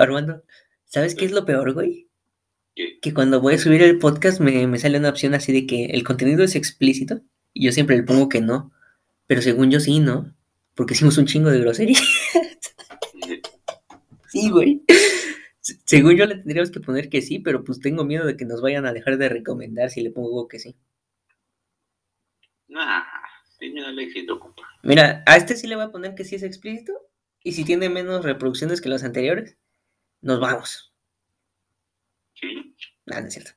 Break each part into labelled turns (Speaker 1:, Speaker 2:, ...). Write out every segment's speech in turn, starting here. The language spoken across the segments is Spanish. Speaker 1: Armando, ¿sabes qué es lo peor, güey?
Speaker 2: ¿Qué?
Speaker 1: Que cuando voy a subir el podcast me, me sale una opción así de que el contenido es explícito y yo siempre le pongo que no, pero según yo sí, ¿no? Porque hicimos un chingo de grosería. Sí, güey. Se- Según yo le tendríamos que poner que sí, pero pues tengo miedo de que nos vayan a dejar de recomendar si le pongo que sí.
Speaker 2: Nah, señor Alexito, compa.
Speaker 1: Mira, a este sí le voy a poner que sí es explícito y si tiene menos reproducciones que los anteriores, nos vamos.
Speaker 2: Sí,
Speaker 1: Ah, no es cierto.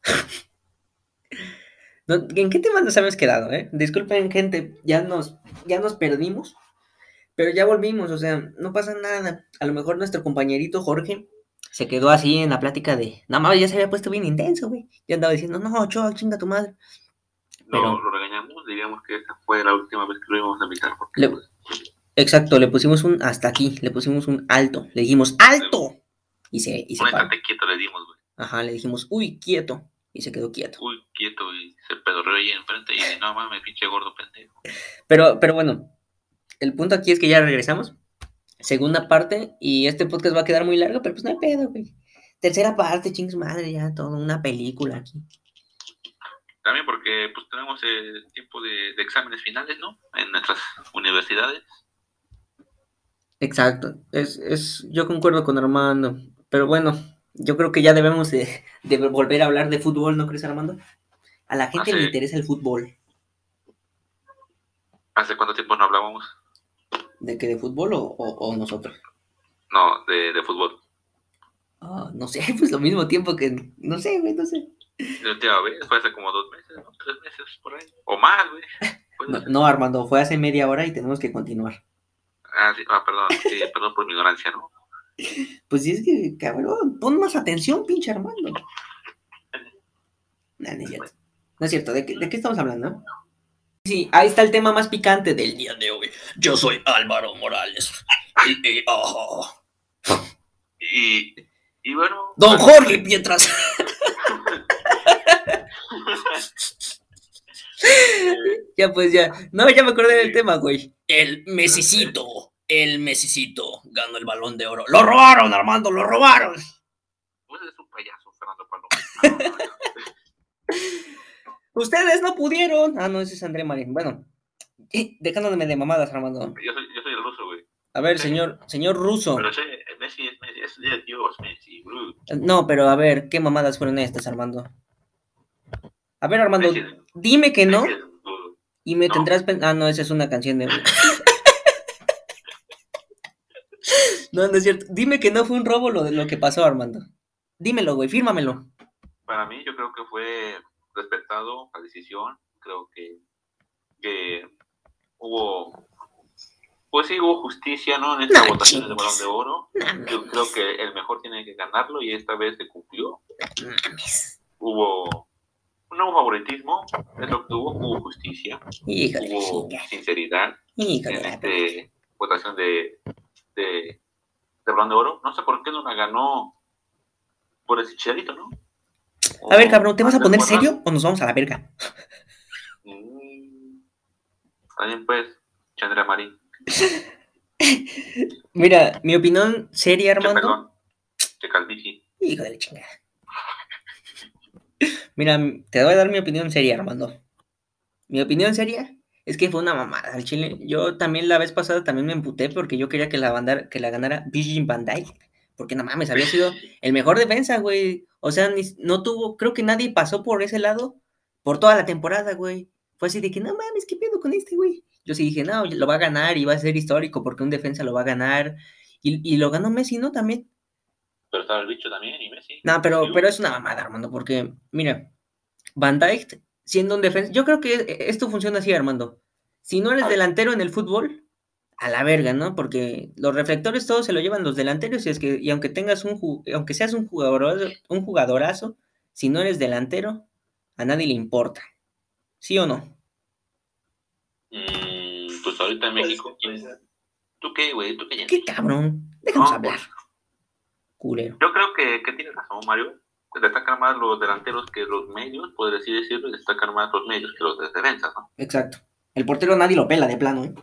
Speaker 1: No, ¿En qué tema nos habíamos quedado, eh? Disculpen, gente, ya nos, ya nos perdimos, pero ya volvimos, o sea, no pasa nada. A lo mejor nuestro compañerito Jorge se quedó así en la plática de... Nada más ya se había puesto bien intenso, güey. Ya andaba diciendo, no, yo, chinga tu madre.
Speaker 2: lo,
Speaker 1: Pero-
Speaker 2: lo regañamos, digamos que esta fue la última vez que lo íbamos a invitar. Porque,
Speaker 1: Le-
Speaker 2: pues,
Speaker 1: Exacto, le pusimos un hasta aquí, le pusimos un alto, le dijimos, ¡alto! Y se, y se
Speaker 2: un
Speaker 1: paró.
Speaker 2: estate quieto le dimos, güey.
Speaker 1: Ajá, le dijimos, uy, quieto. Y se quedó quieto.
Speaker 2: Uy, quieto, y se pedorreó ahí enfrente y no mames, pinche gordo pendejo.
Speaker 1: Pero, pero bueno, el punto aquí es que ya regresamos. Segunda parte, y este podcast va a quedar muy largo, pero pues no hay pedo, güey. Tercera parte, chingos madre, ya todo, una película aquí.
Speaker 2: También porque pues tenemos el tiempo de, de exámenes finales, ¿no? En nuestras universidades.
Speaker 1: Exacto, es, es, yo concuerdo con Armando, pero bueno, yo creo que ya debemos de, de volver a hablar de fútbol, ¿no crees, Armando? A la gente le
Speaker 2: sí.
Speaker 1: interesa el fútbol.
Speaker 2: ¿Hace cuánto tiempo no hablábamos?
Speaker 1: ¿De qué? ¿De fútbol o, o- o nosotros?
Speaker 2: No, de, de fútbol.
Speaker 1: Ah, no sé, pues lo mismo tiempo que, no sé, güey, no sé.
Speaker 2: La última vez fue hace como dos meses, ¿no? Tres meses por ahí. O más, güey. Puede
Speaker 1: No,
Speaker 2: ser.
Speaker 1: no, Armando, fue hace media hora y tenemos que continuar.
Speaker 2: Ah, sí, ah, perdón, sí, perdón por mi ignorancia, ¿no?
Speaker 1: Pues sí, es que, cabrón, pon más atención, pinche Armando. Nah, no es cierto. No es cierto. ¿De qué, de qué estamos hablando? Sí, ahí está el tema más picante del día de hoy. Yo soy Álvaro Morales. Y- y- oh,
Speaker 2: Y, y bueno.
Speaker 1: Don Jorge Pietras. ya, pues ya. No, ya me acordé del tema, güey. El mesicito. El mesicito ganó el balón de oro. Lo robaron, Armando, lo robaron.
Speaker 2: Vos eres Pues un payaso, Fernando Ah, Paloma.
Speaker 1: Ustedes no pudieron. Ah, no, ese es André Marín. Bueno, eh, dejándome de mamadas, Armando.
Speaker 2: Yo soy, yo soy el ruso, güey.
Speaker 1: A ver, señor, señor ruso.
Speaker 2: Pero soy, Messi es Messi, es de Dios, Messi. bro.
Speaker 1: No, pero a ver, ¿qué mamadas fueron estas, Armando? A ver, Armando,
Speaker 2: Messi es-
Speaker 1: dime que no
Speaker 2: Messi es bro.
Speaker 1: y me
Speaker 2: no.
Speaker 1: tendrás pen- Ah, no, esa es una canción de. No, no es cierto. Dime que no fue un robo lo, de lo que pasó, Armando. Dímelo, güey, fírmamelo.
Speaker 2: Para mí, yo creo que fue respetado la decisión. Creo que, que hubo. Pues sí, hubo justicia, ¿no? En esta
Speaker 1: No,
Speaker 2: votación del
Speaker 1: chingues.
Speaker 2: balón de oro.
Speaker 1: No
Speaker 2: Yo creo que el mejor tiene que ganarlo y esta vez se cumplió.
Speaker 1: mames.
Speaker 2: Hubo. No hubo favoritismo, es lo que hubo, hubo justicia,
Speaker 1: Híjole, la
Speaker 2: hubo
Speaker 1: chinga.
Speaker 2: sinceridad.
Speaker 1: Híjole,
Speaker 2: en
Speaker 1: la
Speaker 2: este votación de, de, de Balón de Oro. No sé por qué no la ganó por ese chicharito, ¿no?
Speaker 1: A
Speaker 2: oh,
Speaker 1: ver, cabrón, ¿te vas a
Speaker 2: O-
Speaker 1: poner
Speaker 2: Morán.
Speaker 1: serio o nos vamos a la verga?
Speaker 2: Mm. También, pues, Chandra Marín.
Speaker 1: Mira, mi opinión seria, Armando.
Speaker 2: Chepelón. Checalvici.
Speaker 1: Hijo de la chingada. Mira, te voy a dar mi opinión seria, Armando. Mi opinión seria es que fue una mamada al Chile. Yo también la vez pasada también me emputé porque yo quería que la, bandar- que la ganara Virgin Van Dijk. Porque no mames, había sido el mejor defensa, güey. O sea, ni- no tuvo, creo que nadie pasó por ese lado por toda la temporada, güey. Fue así de que, no mames, ¿qué pedo con este, güey? Yo sí dije, no, lo va a ganar y va a ser histórico porque un defensa lo va a ganar. Y, y lo ganó Messi, ¿no? También.
Speaker 2: Pero estaba el bicho también y Messi.
Speaker 1: No, pero,
Speaker 2: Sí.
Speaker 1: pero es una mamada, Armando, porque, mira, Van Dijk siendo un defensa. Yo creo que e- esto funciona así, Armando. Si no eres
Speaker 2: Ah.
Speaker 1: delantero en el fútbol, a la verga, ¿no? Porque los reflectores todos se lo llevan los delanteros, y es que, y aunque tengas un ju- aunque seas un jugadorazo, un jugadorazo, si no eres delantero, a nadie le importa. ¿Sí o no?
Speaker 2: Mm, pues ahorita en México. ¿quién- ¿Tú qué, güey? ¿Tú qué ya?
Speaker 1: Qué cabrón. Déjanos
Speaker 2: No,
Speaker 1: hablar. Culero.
Speaker 2: Yo creo que, que tienes razón, Mario. Destacan más los delanteros que los medios, podría así decirlo, y destacan más los medios que los de defensa, ¿no?
Speaker 1: Exacto. El portero nadie lo pela de plano, ¿eh?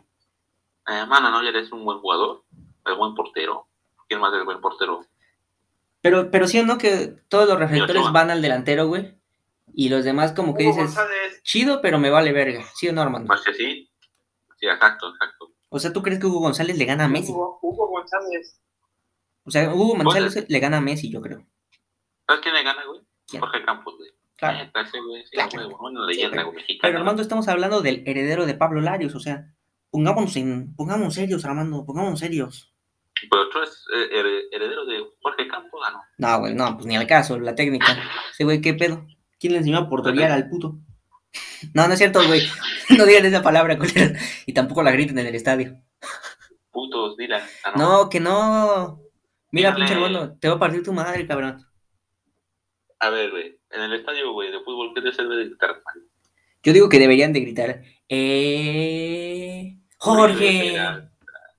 Speaker 2: Eh, Mano Neuer es un buen jugador, es buen portero. ¿Quién más es buen portero?
Speaker 1: Pero, pero sí o no que todos los reflectores
Speaker 2: Ochoa.
Speaker 1: van al delantero, güey. Y los demás como que
Speaker 2: Hugo
Speaker 1: dices,
Speaker 2: González.
Speaker 1: chido, pero me vale verga. ¿Sí o no, Armando?
Speaker 2: Pues que sí. Sí, exacto, exacto.
Speaker 1: O sea, ¿tú crees que Hugo González le gana a Messi?
Speaker 3: Hugo, Hugo González.
Speaker 1: O sea, Hugo González le gana a Messi, yo creo.
Speaker 2: ¿Sabes quién le gana, güey?
Speaker 1: ¿Quién?
Speaker 2: Jorge Campos, güey.
Speaker 1: Claro.
Speaker 2: Neta, ese güey, sí,
Speaker 1: Claro.
Speaker 2: güey, una leyenda, güey, mexicana.
Speaker 1: Pero Armando, estamos hablando del heredero de Pablo Larios, o sea, pongámonos en, pongámonos serios, Armando, pongámonos serios.
Speaker 2: Pero tú eres eh, her- heredero de Jorge Campos, ah, no.
Speaker 1: No, güey, no, pues ni al caso, la técnica. Ese güey, ¿qué pedo? ¿Quién le enseñó a porterear al puto? No, no es cierto, güey. No digan esa palabra, culera. Y tampoco la griten en el estadio.
Speaker 2: Putos, Dylan. Ah, no.
Speaker 1: No, que no. Mira,
Speaker 2: Dígale.
Speaker 1: pinche hermano, te va a partir tu madre, cabrón.
Speaker 2: A ver, güey. En el estadio, güey, de fútbol, ¿qué te sirve de gritar? man?
Speaker 1: Yo digo que deberían de gritar. ¡Eh! ¡Jorge!
Speaker 2: Pera,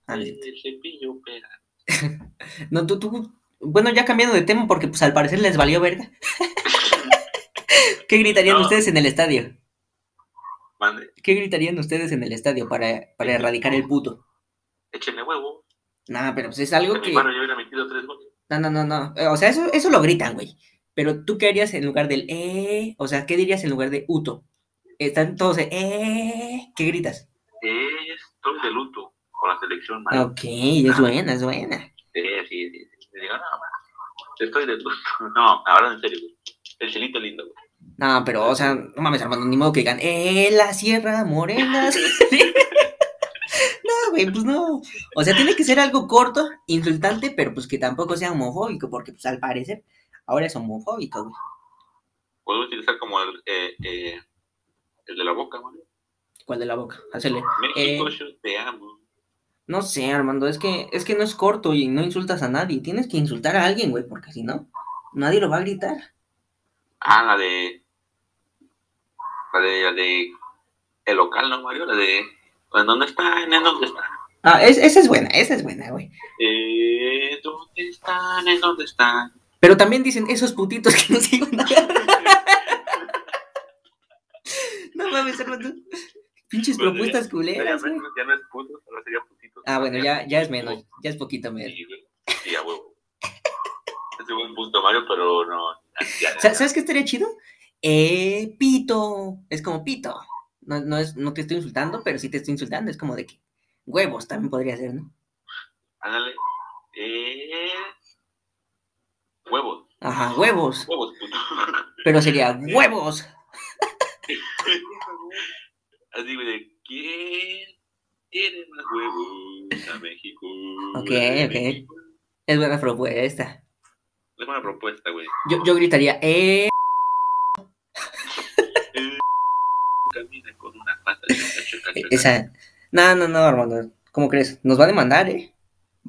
Speaker 1: Ándale.
Speaker 2: eh, Cepillo, pera.
Speaker 1: No, tú, tú. Bueno, ya cambiando de tema, porque pues al parecer les valió verga. ¿Qué gritarían
Speaker 2: No.
Speaker 1: ustedes en el estadio?
Speaker 2: Mande,
Speaker 1: ¿Qué gritarían ustedes en el estadio para, para erradicar el puto?
Speaker 2: échenle huevo.
Speaker 1: Nah, pero pues es algo
Speaker 2: En mi
Speaker 1: que.
Speaker 2: barrio yo hubiera metido tres goles.
Speaker 1: No, no, no, no. Eh, O sea, eso, eso lo gritan, güey. Pero tú qué harías en lugar del eh. O sea, ¿qué dirías en lugar de uto? Están todos de, eh. ¿Qué gritas?
Speaker 2: Eh, Estoy de luto con la selección, man.
Speaker 1: Ok, es buena, es buena.
Speaker 2: Sí, sí, sí. sí. Le digo, no, man, Estoy de luto. No, ahora en serio, güey. El chilito lindo, güey.
Speaker 1: No, pero, o sea, no mames, Armando, ni modo que digan, eh, la Sierra Morena. no, güey, pues no. O sea, tiene que ser algo corto, insultante, pero pues que tampoco sea homofóbico, porque pues al parecer ahora es homofóbico, güey.
Speaker 2: Puedo utilizar como el, eh, eh, el de la boca, man.
Speaker 1: ¿Cuál de la boca? Hazle.
Speaker 2: México,
Speaker 1: Eh.
Speaker 2: yo te amo.
Speaker 1: No sé, Armando, es que, es que no es corto y no insultas a nadie. Tienes que insultar a alguien, güey, porque si no, nadie lo va a gritar.
Speaker 2: Ah, la de. La de. La de. El local, ¿no, Mario? La de. ¿En dónde están? ¿En dónde están?
Speaker 1: Ah, es- esa es buena, esa es buena, güey.
Speaker 2: Eh, ¿Dónde están? ¿En dónde están?
Speaker 1: Pero también dicen esos putitos que no se iban a dar. No mames, Armando. Pinches
Speaker 2: Bueno,
Speaker 1: propuestas
Speaker 2: Pues, Ya,
Speaker 1: culeras, güey.
Speaker 2: no- ya no es puto, ahora sería putito.
Speaker 1: Ah, bueno, ya, ya es menos, ya es poquito menos.
Speaker 2: Sí, güey. Sí, a huevo. Es un buen punto, Mario, pero no. ya, ya,
Speaker 1: Sa-
Speaker 2: ya.
Speaker 1: ¿Sabes qué estaría chido? Eh, pito. Es como pito. No, no, es, no te estoy insultando, pero sí te estoy insultando. Es como de que huevos también podría ser, ¿no?
Speaker 2: Ándale. Eh. Huevos,
Speaker 1: Ajá, huevos.
Speaker 2: huevos, puto.
Speaker 1: Pero sería huevos.
Speaker 2: Así, güey, de. ¿Quién tiene más huevos a México?
Speaker 1: Ok,
Speaker 2: A
Speaker 1: ok.
Speaker 2: México.
Speaker 1: Es buena propuesta.
Speaker 2: Es una propuesta, güey.
Speaker 1: Yo, yo gritaría, eh.
Speaker 2: Camina con una pata. chaca, chaca, chaca.
Speaker 1: Esa. Eh, No, no, no, Armando. ¿Cómo crees? Nos va a demandar, ¿eh?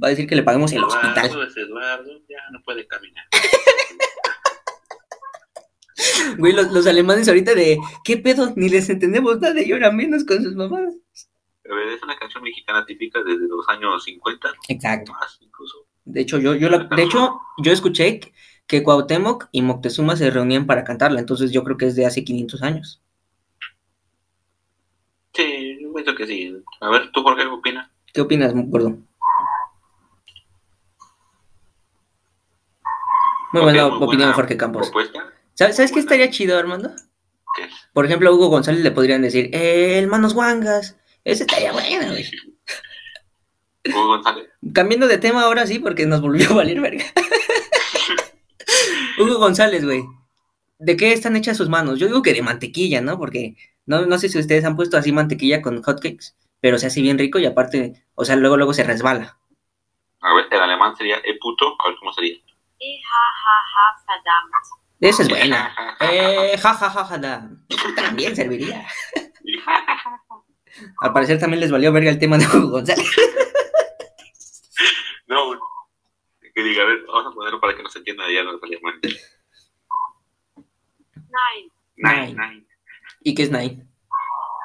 Speaker 1: Va a decir que le paguemos el hospital.
Speaker 2: Eduardo es Eduardo, ya no puede caminar.
Speaker 1: Güey, los, los alemanes ahorita de, ¿qué pedo? Ni les entendemos nada y ahora menos con sus mamadas.
Speaker 2: A ver, es una canción mexicana típica desde los años 50,
Speaker 1: Exacto.
Speaker 2: más incluso.
Speaker 1: De hecho, yo, yo la- de hecho, yo escuché que- que Cuauhtémoc y Moctezuma se reunían para cantarla, entonces yo creo que es de hace 500 años.
Speaker 2: Sí, yo pienso que sí. A ver, ¿tú, Jorge, qué opinas?
Speaker 1: ¿Qué opinas, gordo? Muy
Speaker 2: Ok,
Speaker 1: buena
Speaker 2: muy
Speaker 1: opinión,
Speaker 2: buena
Speaker 1: Jorge Campos.
Speaker 2: ¿Propuesta?
Speaker 1: ¿Sabes, sabes qué
Speaker 2: buena.
Speaker 1: estaría chido, Armando?
Speaker 2: ¿Qué?
Speaker 1: Por ejemplo, a Hugo González le podrían decir, eh, hermanos guangas. Ese estaría bueno, güey.
Speaker 2: Hugo González.
Speaker 1: Cambiando de tema ahora sí, porque nos volvió a valer verga. Hugo González, güey. ¿De qué están hechas sus manos? Yo digo que de mantequilla, ¿no? Porque no, no sé si ustedes han puesto así mantequilla con hotcakes, pero se hace bien rico y aparte, o sea, luego, luego se resbala.
Speaker 2: A ver, el alemán sería E puto, a ver cómo sería.
Speaker 3: Y ja, ja, ja, verdammt.
Speaker 1: Esa es buena. Eh, ja, ja, ja, ja, da. También serviría. Al parecer también les valió verga el tema de Hugo González.
Speaker 2: No, güey. que diga, a ver, vamos a ponerlo para que nos entienda ya los alemanes.
Speaker 3: Nein,
Speaker 1: Nine.
Speaker 2: Nine, nine.
Speaker 1: ¿Y qué es Nine?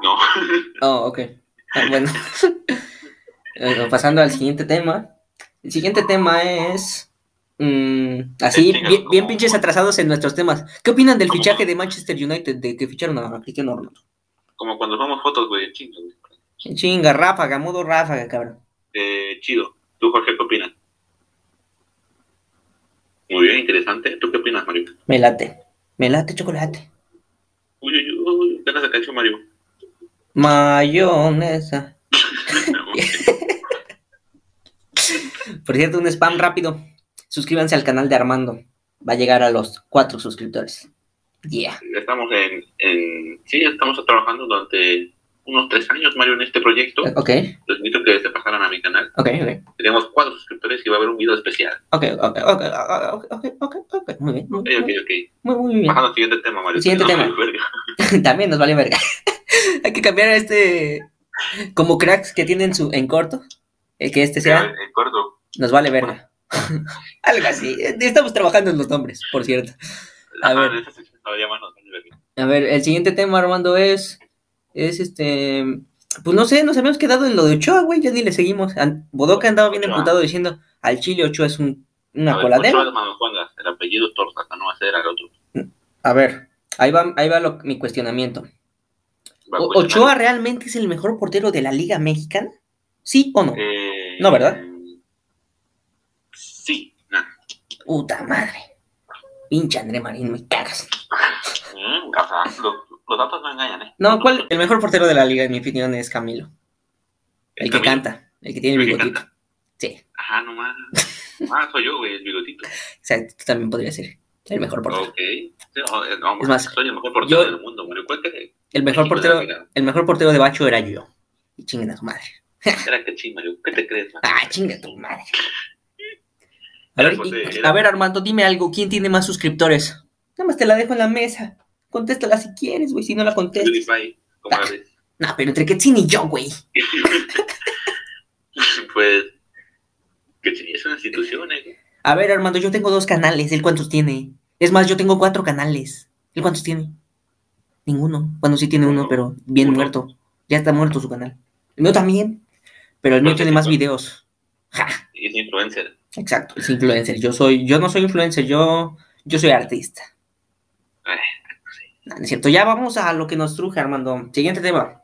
Speaker 2: No.
Speaker 1: Oh, ok. Ah, bueno. Eh, Pasando al siguiente tema. El siguiente tema es. mm, así,
Speaker 2: Chingas,
Speaker 1: bien, bien
Speaker 2: ¿cómo?
Speaker 1: pinches atrasados en nuestros temas. ¿Qué opinan del
Speaker 2: ¿Cómo?
Speaker 1: fichaje de Manchester United de que ficharon a Cristiano Ronaldo?
Speaker 2: Como cuando tomamos fotos, güey, chingo, güey.
Speaker 1: Chinga, ráfaga, modo ráfaga, cabrón.
Speaker 2: Eh, chido. ¿Tú, Jorge, qué opinas? Muy bien. interesante. ¿Tú qué opinas, Mario?
Speaker 1: Me late. Me late chocolate.
Speaker 2: Uy, uy, uy, apenas la canción, Mario.
Speaker 1: Mayonesa. Por cierto, un spam rápido. Suscríbanse al canal de Armando. Va a llegar a los cuatro suscriptores. Yeah.
Speaker 2: Estamos en, en- Sí, estamos trabajando durante unos tres años, Mario, en este proyecto.
Speaker 1: Ok,
Speaker 2: Los invito a que se pasaran a mi canal.
Speaker 1: ok, ok.
Speaker 2: Tenemos cuatro suscriptores y va a haber un video especial.
Speaker 1: Ok, ok, ok, ok, ok, ok, ok. Muy bien, muy
Speaker 2: Ok, ok,
Speaker 1: bien.
Speaker 2: ok.
Speaker 1: Muy, muy bien.
Speaker 2: Bajando al siguiente tema, Mario.
Speaker 1: Siguiente
Speaker 2: No,
Speaker 1: tema.
Speaker 2: Mario, verga.
Speaker 1: También nos vale verga. Hay que cambiar a este. Como cracks que tienen su en corto. El que este sea,
Speaker 2: El corto.
Speaker 1: nos vale verga. Algo así. eh, Estamos trabajando en los nombres, por cierto. A
Speaker 2: Ajá,
Speaker 1: ver.
Speaker 2: en esta sección todavía más nos vale verga.
Speaker 1: A ver, el siguiente tema, Armando, es. Es este. Pues no sé, nos habíamos quedado en lo de Ochoa, güey. Ya ni le seguimos. An- Bodoca andaba bien
Speaker 2: Ochoa.
Speaker 1: emputado diciendo: al Chile Ochoa es un,
Speaker 2: A
Speaker 1: una
Speaker 2: ver,
Speaker 1: coladera.
Speaker 2: Ochoa Mamajuanga, el apellido Torta, no va a ser al otro.
Speaker 1: A ver, ahí va, ahí va lo- mi cuestionamiento.
Speaker 2: Va a
Speaker 1: O-
Speaker 2: cuestionar.
Speaker 1: ¿Ochoa realmente es el mejor portero de la Liga Mexicana? ¿Sí o no?
Speaker 2: Eh,
Speaker 1: No, ¿verdad?
Speaker 2: Sí. Nah.
Speaker 1: Puta madre. Pinche André Marín, me cagas.
Speaker 2: Mm, o sea, los, los datos no engañan, ¿eh?
Speaker 1: No, ¿cuál? El mejor portero de la liga, en mi opinión, es Camilo. El que
Speaker 2: Camilo.
Speaker 1: canta, el que tiene el
Speaker 2: El que
Speaker 1: bigotito. Sí,
Speaker 2: Ajá, nomás. Ah, soy yo, güey, el bigotito.
Speaker 1: o sea, tú también podría ser el mejor portero.
Speaker 2: Ok. Sí, no, eh, no,
Speaker 1: Es más,
Speaker 2: soy el mejor portero
Speaker 1: yo-
Speaker 2: del mundo, Mario. ¿Cuál que
Speaker 1: El mejor
Speaker 2: México
Speaker 1: portero,
Speaker 2: de la liga.
Speaker 1: el mejor portero de Bacho era yo. Y chinga tu madre.
Speaker 2: era que sí, Mario? ¿Qué te crees, Mario?
Speaker 1: Ah, chinga tu madre. A
Speaker 2: Era
Speaker 1: ver,
Speaker 2: José,
Speaker 1: y-
Speaker 2: Pues era-
Speaker 1: a ver, Armando, dime algo. ¿Quién tiene más suscriptores? Nada más te la dejo en la mesa. Contéstala si quieres, güey. Si no la contestas.
Speaker 2: PewDiePie, ¿cómo la ves?
Speaker 1: No, pero entre Ketsin y yo, güey.
Speaker 2: Pues. Que sí, es una institución, ¿eh?
Speaker 1: A ver, Armando, yo tengo dos canales. ¿Él cuántos tiene? Es más, yo tengo cuatro canales. ¿Él cuántos tiene? Ninguno. Bueno, sí tiene uno,
Speaker 2: Uno.
Speaker 1: pero bien
Speaker 2: Uno.
Speaker 1: muerto. Ya está muerto su canal. El mío también. Pero el mío
Speaker 2: Porque
Speaker 1: tiene más
Speaker 2: Pues sí, bueno.
Speaker 1: videos. Ja,
Speaker 2: Y es influencer.
Speaker 1: exacto. Es influencer. Yo soy, yo no soy influencer, yo, yo soy artista.
Speaker 2: Eh.
Speaker 1: No, no es cierto. Ya vamos a lo que nos truje, Armando. Siguiente tema.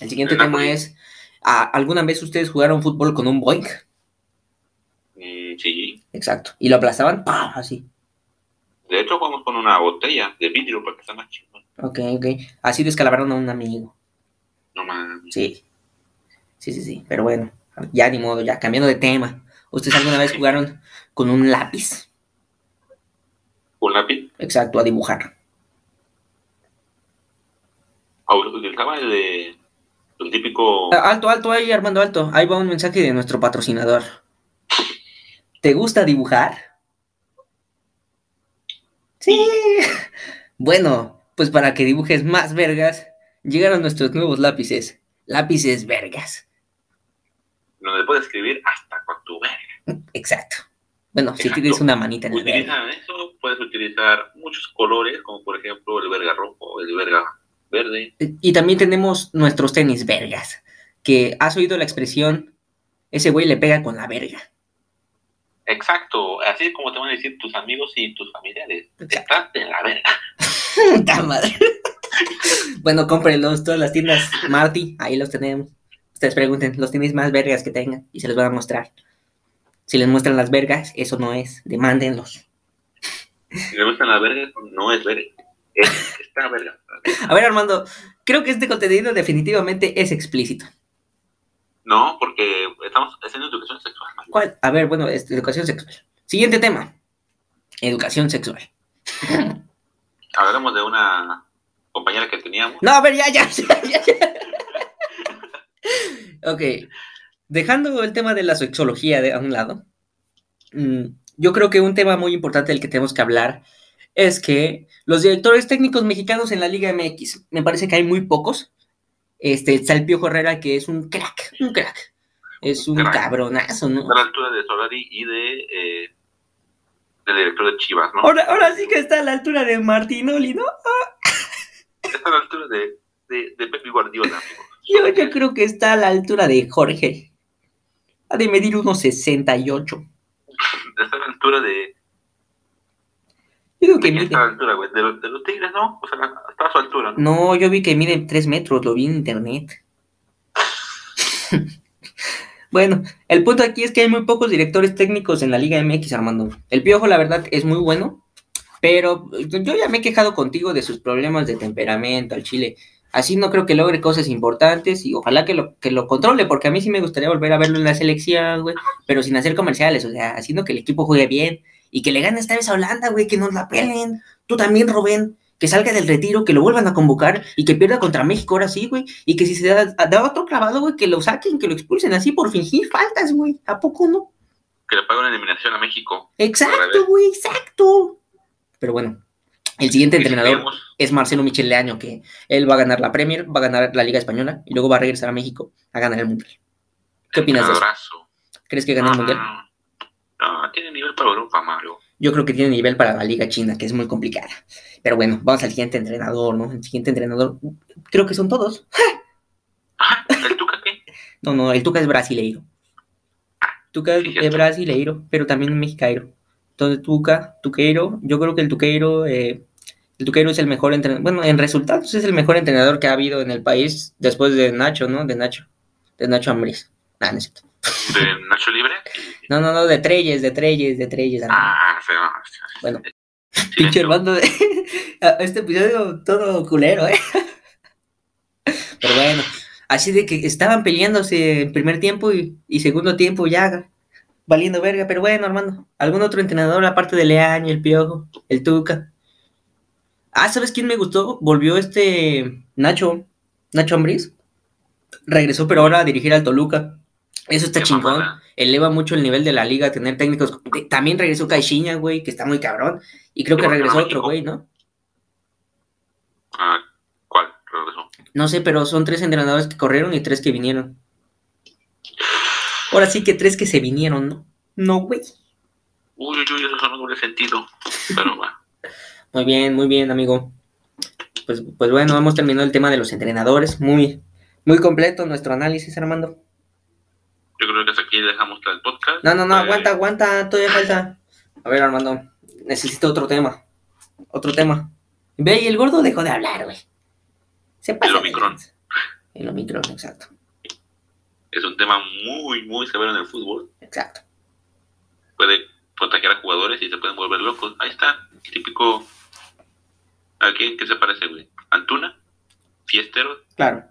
Speaker 1: El siguiente
Speaker 2: El
Speaker 1: tema
Speaker 2: Napoli.
Speaker 1: es. ¿a- ¿Alguna vez ustedes jugaron fútbol con un boink?
Speaker 2: Mm, sí.
Speaker 1: Exacto. Y lo aplastaban, ¡pah! así.
Speaker 2: De hecho, jugamos con una botella de vidrio para que sea más chido.
Speaker 1: Ok, ok. Así descalabraron a un amigo.
Speaker 2: No mames.
Speaker 1: Sí. Sí, sí, sí. Pero bueno, ya ni modo, ya cambiando de tema. ¿Ustedes alguna vez jugaron con un lápiz?
Speaker 2: ¿Un lápiz?
Speaker 1: Exacto, a dibujar.
Speaker 2: ¿O utilizaba Ah, el de. El típico.
Speaker 1: Ah, Alto, alto, ahí Armando, alto. Ahí va un mensaje de nuestro patrocinador. ¿Te gusta dibujar? Sí. Bueno, pues para que dibujes más vergas, llegaron nuestros nuevos lápices. Lápices vergas.
Speaker 2: donde puedes escribir hasta con tu verga.
Speaker 1: Exacto. Bueno, si
Speaker 2: Exacto.
Speaker 1: tienes una manita en el verga.
Speaker 2: Utilizan eso, puedes utilizar muchos colores, como por ejemplo el verga rojo, el verga verde.
Speaker 1: Y también tenemos nuestros tenis vergas. Que has oído la expresión, ese güey le pega con la verga.
Speaker 2: Exacto, así es como te van a decir tus amigos y tus familiares.
Speaker 1: Exacto.
Speaker 2: Estás en la verga.
Speaker 1: Puta madre. bueno, cómprenlos, todas las tiendas Marty, ahí los tenemos. Ustedes pregunten, los tenis más vergas que tengan y se los van a mostrar. Si les muestran las vergas, eso no es, demándenlos.
Speaker 2: Si le gustan la verga, no es verga. Es, está verga.
Speaker 1: A ver, Armando, creo que este contenido definitivamente es explícito.
Speaker 2: No, porque estamos haciendo educación sexual. Mario.
Speaker 1: ¿Cuál? A ver, bueno, este, educación sexual. Siguiente tema. Educación sexual.
Speaker 2: Hablamos de una compañera que teníamos.
Speaker 1: No, a ver, ya, ya, ya, ya, ya. Ok. Dejando el tema de la sexología de, a un lado, mm, yo creo que un tema muy importante del que tenemos que hablar es que los directores técnicos mexicanos en la Liga MX, me parece que hay muy pocos. Este, está el Piojo Herrera, que es un crack, un crack. Es un
Speaker 2: Crack.
Speaker 1: cabronazo, ¿no?
Speaker 2: Está a la altura de Solari y de. eh, del director de Chivas, ¿no?
Speaker 1: Ahora, ahora sí que está a la altura de Martinoli, ¿no?
Speaker 2: Está a la altura de, de, de Pepe Guardiola, amigo.
Speaker 1: Yo, yo creo que está a la altura de Jorge. Ha de medir unos 68.
Speaker 2: Está a la altura de.
Speaker 1: Yo digo
Speaker 2: ¿De
Speaker 1: que
Speaker 2: quién
Speaker 1: mide.
Speaker 2: está a la altura, güey? ¿De, los- de los tigres, ¿no? O sea, está a su altura, ¿no?
Speaker 1: No, yo vi que mide 3 metros, lo vi en internet. Bueno, el punto aquí es que hay muy pocos directores técnicos en la Liga MX, Armando. El Piojo, la verdad, es muy bueno, pero yo ya me he quejado contigo de sus problemas de temperamento al Chile. Así no creo que logre cosas importantes y ojalá que lo, que lo controle, porque a mí sí me gustaría volver a verlo en la selección, güey, pero sin hacer comerciales, o sea, haciendo que el equipo juegue bien y que le gane esta vez a Holanda, güey, que nos la pelen. Tú también, Rubén, que salga del retiro, que lo vuelvan a convocar y que pierda contra México ahora sí, güey. Y que si se da, da otro clavado, güey, que lo saquen, que lo expulsen así por fingir faltas, güey. ¿A poco no?
Speaker 2: Que le pague una eliminación a México.
Speaker 1: Exacto, güey, exacto. Pero bueno, el siguiente
Speaker 2: Y si
Speaker 1: entrenador
Speaker 2: queremos-
Speaker 1: es Marcelo Michel Leaño, que él va a ganar la Premier, va a ganar la Liga Española y luego va a regresar a México a ganar el Mundial. ¿Qué opinas de eso?
Speaker 2: Abrazo.
Speaker 1: ¿Crees que gana el Mundial?
Speaker 2: Ah. No, tiene nivel para Europa, Mario.
Speaker 1: Yo creo que tiene nivel para la Liga China, que es muy complicada. Pero bueno, vamos al siguiente entrenador, ¿no? El siguiente entrenador, creo que son todos.
Speaker 2: Ah, ¿El Tuca qué?
Speaker 1: No, no, el Tuca es brasileiro. Tuca
Speaker 2: Sí,
Speaker 1: es,
Speaker 2: cierto.
Speaker 1: brasileiro, pero también mexicairo. Entonces, Tuca, Tuqueiro, yo creo que el Tuqueiro, eh, el Tuqueiro es el mejor entrenador. Bueno, en resultados es el mejor entrenador que ha habido en el país después de Nacho, ¿no? De Nacho. De Nacho Ambriz. Ah, no es cierto.
Speaker 2: ¿De Nacho Libre?
Speaker 1: No, no, no, de Treyes, de Treyes, de Treyes. Armando.
Speaker 2: Ah, se va.
Speaker 1: Bueno.
Speaker 2: Silencio.
Speaker 1: Pinche hermano de... Este episodio todo culero, ¿eh? Pero bueno, así de que estaban peleándose en primer tiempo y, y segundo tiempo ya valiendo verga. Pero bueno, hermano, ¿algún otro entrenador aparte de Leaño, el Piojo, el Tuca? Ah, ¿sabes quién me gustó? Volvió este Nacho, Nacho Ambriz. Regresó, pero ahora a dirigir al Toluca. Eso está
Speaker 2: Qué
Speaker 1: chingón
Speaker 2: mamada.
Speaker 1: eleva mucho el nivel de la liga tener técnicos. De- También regresó Caixinha, güey, que está muy cabrón. Y creo que
Speaker 2: Pero
Speaker 1: regresó
Speaker 2: ganó
Speaker 1: otro,
Speaker 2: México.
Speaker 1: güey, ¿no?
Speaker 2: Ah, ¿Cuál? Regresó.
Speaker 1: No sé, pero son tres entrenadores que corrieron y tres que vinieron. Ahora sí que tres que se vinieron, ¿no? No, güey.
Speaker 2: Uy, uy, uy, eso no doble sentido. Pero bueno.
Speaker 1: Muy bien, muy bien, amigo. Pues, pues bueno, hemos terminado el tema de los entrenadores. Muy, muy completo nuestro análisis, Armando.
Speaker 2: Yo creo que hasta aquí dejamos el podcast.
Speaker 1: No, no, no,
Speaker 2: Eh,
Speaker 1: aguanta, aguanta, todavía falta. A ver, Armando, necesito otro tema. Otro tema. Ve, y el gordo dejó de hablar, güey. Se pasa. de
Speaker 2: Omicron.
Speaker 1: lanza. El Omicron, exacto,
Speaker 2: Es un tema muy, muy severo en el fútbol.
Speaker 1: exacto.
Speaker 2: Puede contagiar a jugadores y se pueden volver locos. Ahí está. Típico. ¿A quién qué se parece, güey? ¿Antuna? ¿Fiestero?
Speaker 1: Claro,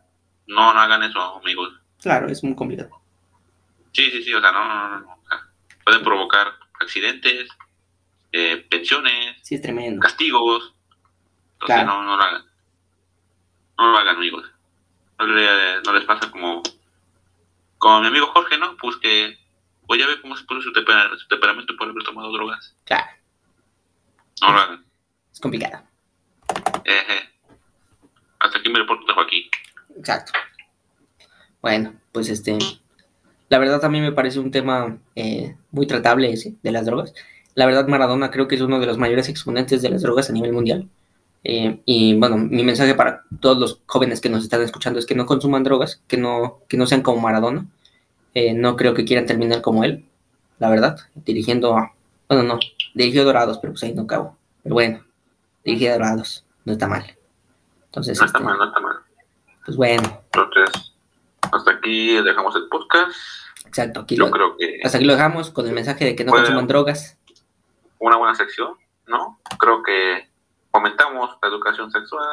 Speaker 2: No, no hagan eso, amigos.
Speaker 1: claro, es muy complicado.
Speaker 2: Sí, sí, sí, o sea, no, no, no, no. o sea, pueden provocar accidentes, eh, pensiones,
Speaker 1: Sí, es tremendo.
Speaker 2: castigos. Entonces,
Speaker 1: Claro.
Speaker 2: no, no lo hagan. No lo hagan, amigos. No, le- no les pasa como, como mi amigo Jorge, ¿no? Pues que, oye, ya ve cómo se puso su, tempera- su temperamento por haber tomado drogas.
Speaker 1: Claro,
Speaker 2: No lo hagan.
Speaker 1: es complicado.
Speaker 2: Eje. Hasta aquí mi reporte de Joaquín.
Speaker 1: Exacto. Bueno, pues este. La verdad también me parece un tema eh, muy tratable ese, de las drogas. La verdad, Maradona creo que es uno de los mayores exponentes de las drogas a nivel mundial. Eh, y bueno, mi mensaje para todos los jóvenes que nos están escuchando es que no consuman drogas, que no, que no sean como Maradona. Eh, no creo que quieran terminar como él, la verdad. Dirigiendo a. Bueno, no, dirigió a Dorados, pero pues ahí no cabo. Pero bueno, dirigió a Dorados, no está mal. Entonces,
Speaker 2: No está
Speaker 1: este,
Speaker 2: mal, no está mal.
Speaker 1: pues bueno.
Speaker 2: Entonces, hasta aquí dejamos el podcast.
Speaker 1: Exacto, aquí
Speaker 2: Yo
Speaker 1: lo-
Speaker 2: creo que
Speaker 1: hasta aquí lo dejamos con el mensaje de que no
Speaker 2: Bueno.
Speaker 1: consuman drogas.
Speaker 2: una buena sección, ¿no? Creo que comentamos la educación sexual,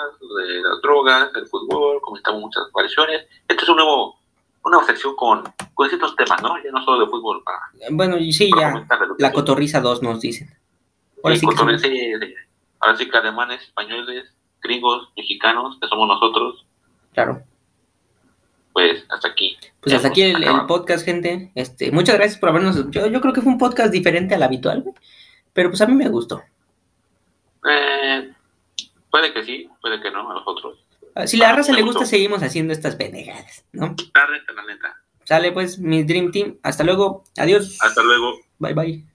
Speaker 2: de las drogas, el fútbol, comentamos muchas variaciones. Esto es un nuevo, una nueva sección con, con ciertos temas, ¿no? Ya no solo de fútbol, para,
Speaker 1: Eh, Bueno, y sí,
Speaker 2: para
Speaker 1: ya.
Speaker 2: comentar la
Speaker 1: La
Speaker 2: educación.
Speaker 1: cotorriza 2 nos dicen. Ahora
Speaker 2: Sí,
Speaker 1: sí que
Speaker 2: cotorreo,
Speaker 1: somos-
Speaker 2: sí, sí. Ahora sí que alemanes, españoles, gringos, mexicanos, que somos nosotros,
Speaker 1: claro.
Speaker 2: pues hasta aquí.
Speaker 1: Pues hasta aquí el, el
Speaker 2: Acabamos.
Speaker 1: podcast, gente. Este, muchas gracias por habernos escuchado. Yo creo que fue un podcast diferente al habitual, güey, pero pues a mí me gustó.
Speaker 2: Eh, puede que sí, puede que no, a nosotros.
Speaker 1: Ah, Si la
Speaker 2: Ah,
Speaker 1: raza
Speaker 2: me
Speaker 1: le
Speaker 2: gustó.
Speaker 1: gusta, seguimos haciendo estas pendejadas, ¿no?
Speaker 2: La neta, la neta.
Speaker 1: Sale pues mi Dream Team. Hasta luego. Adiós.
Speaker 2: Hasta luego.
Speaker 1: Bye bye.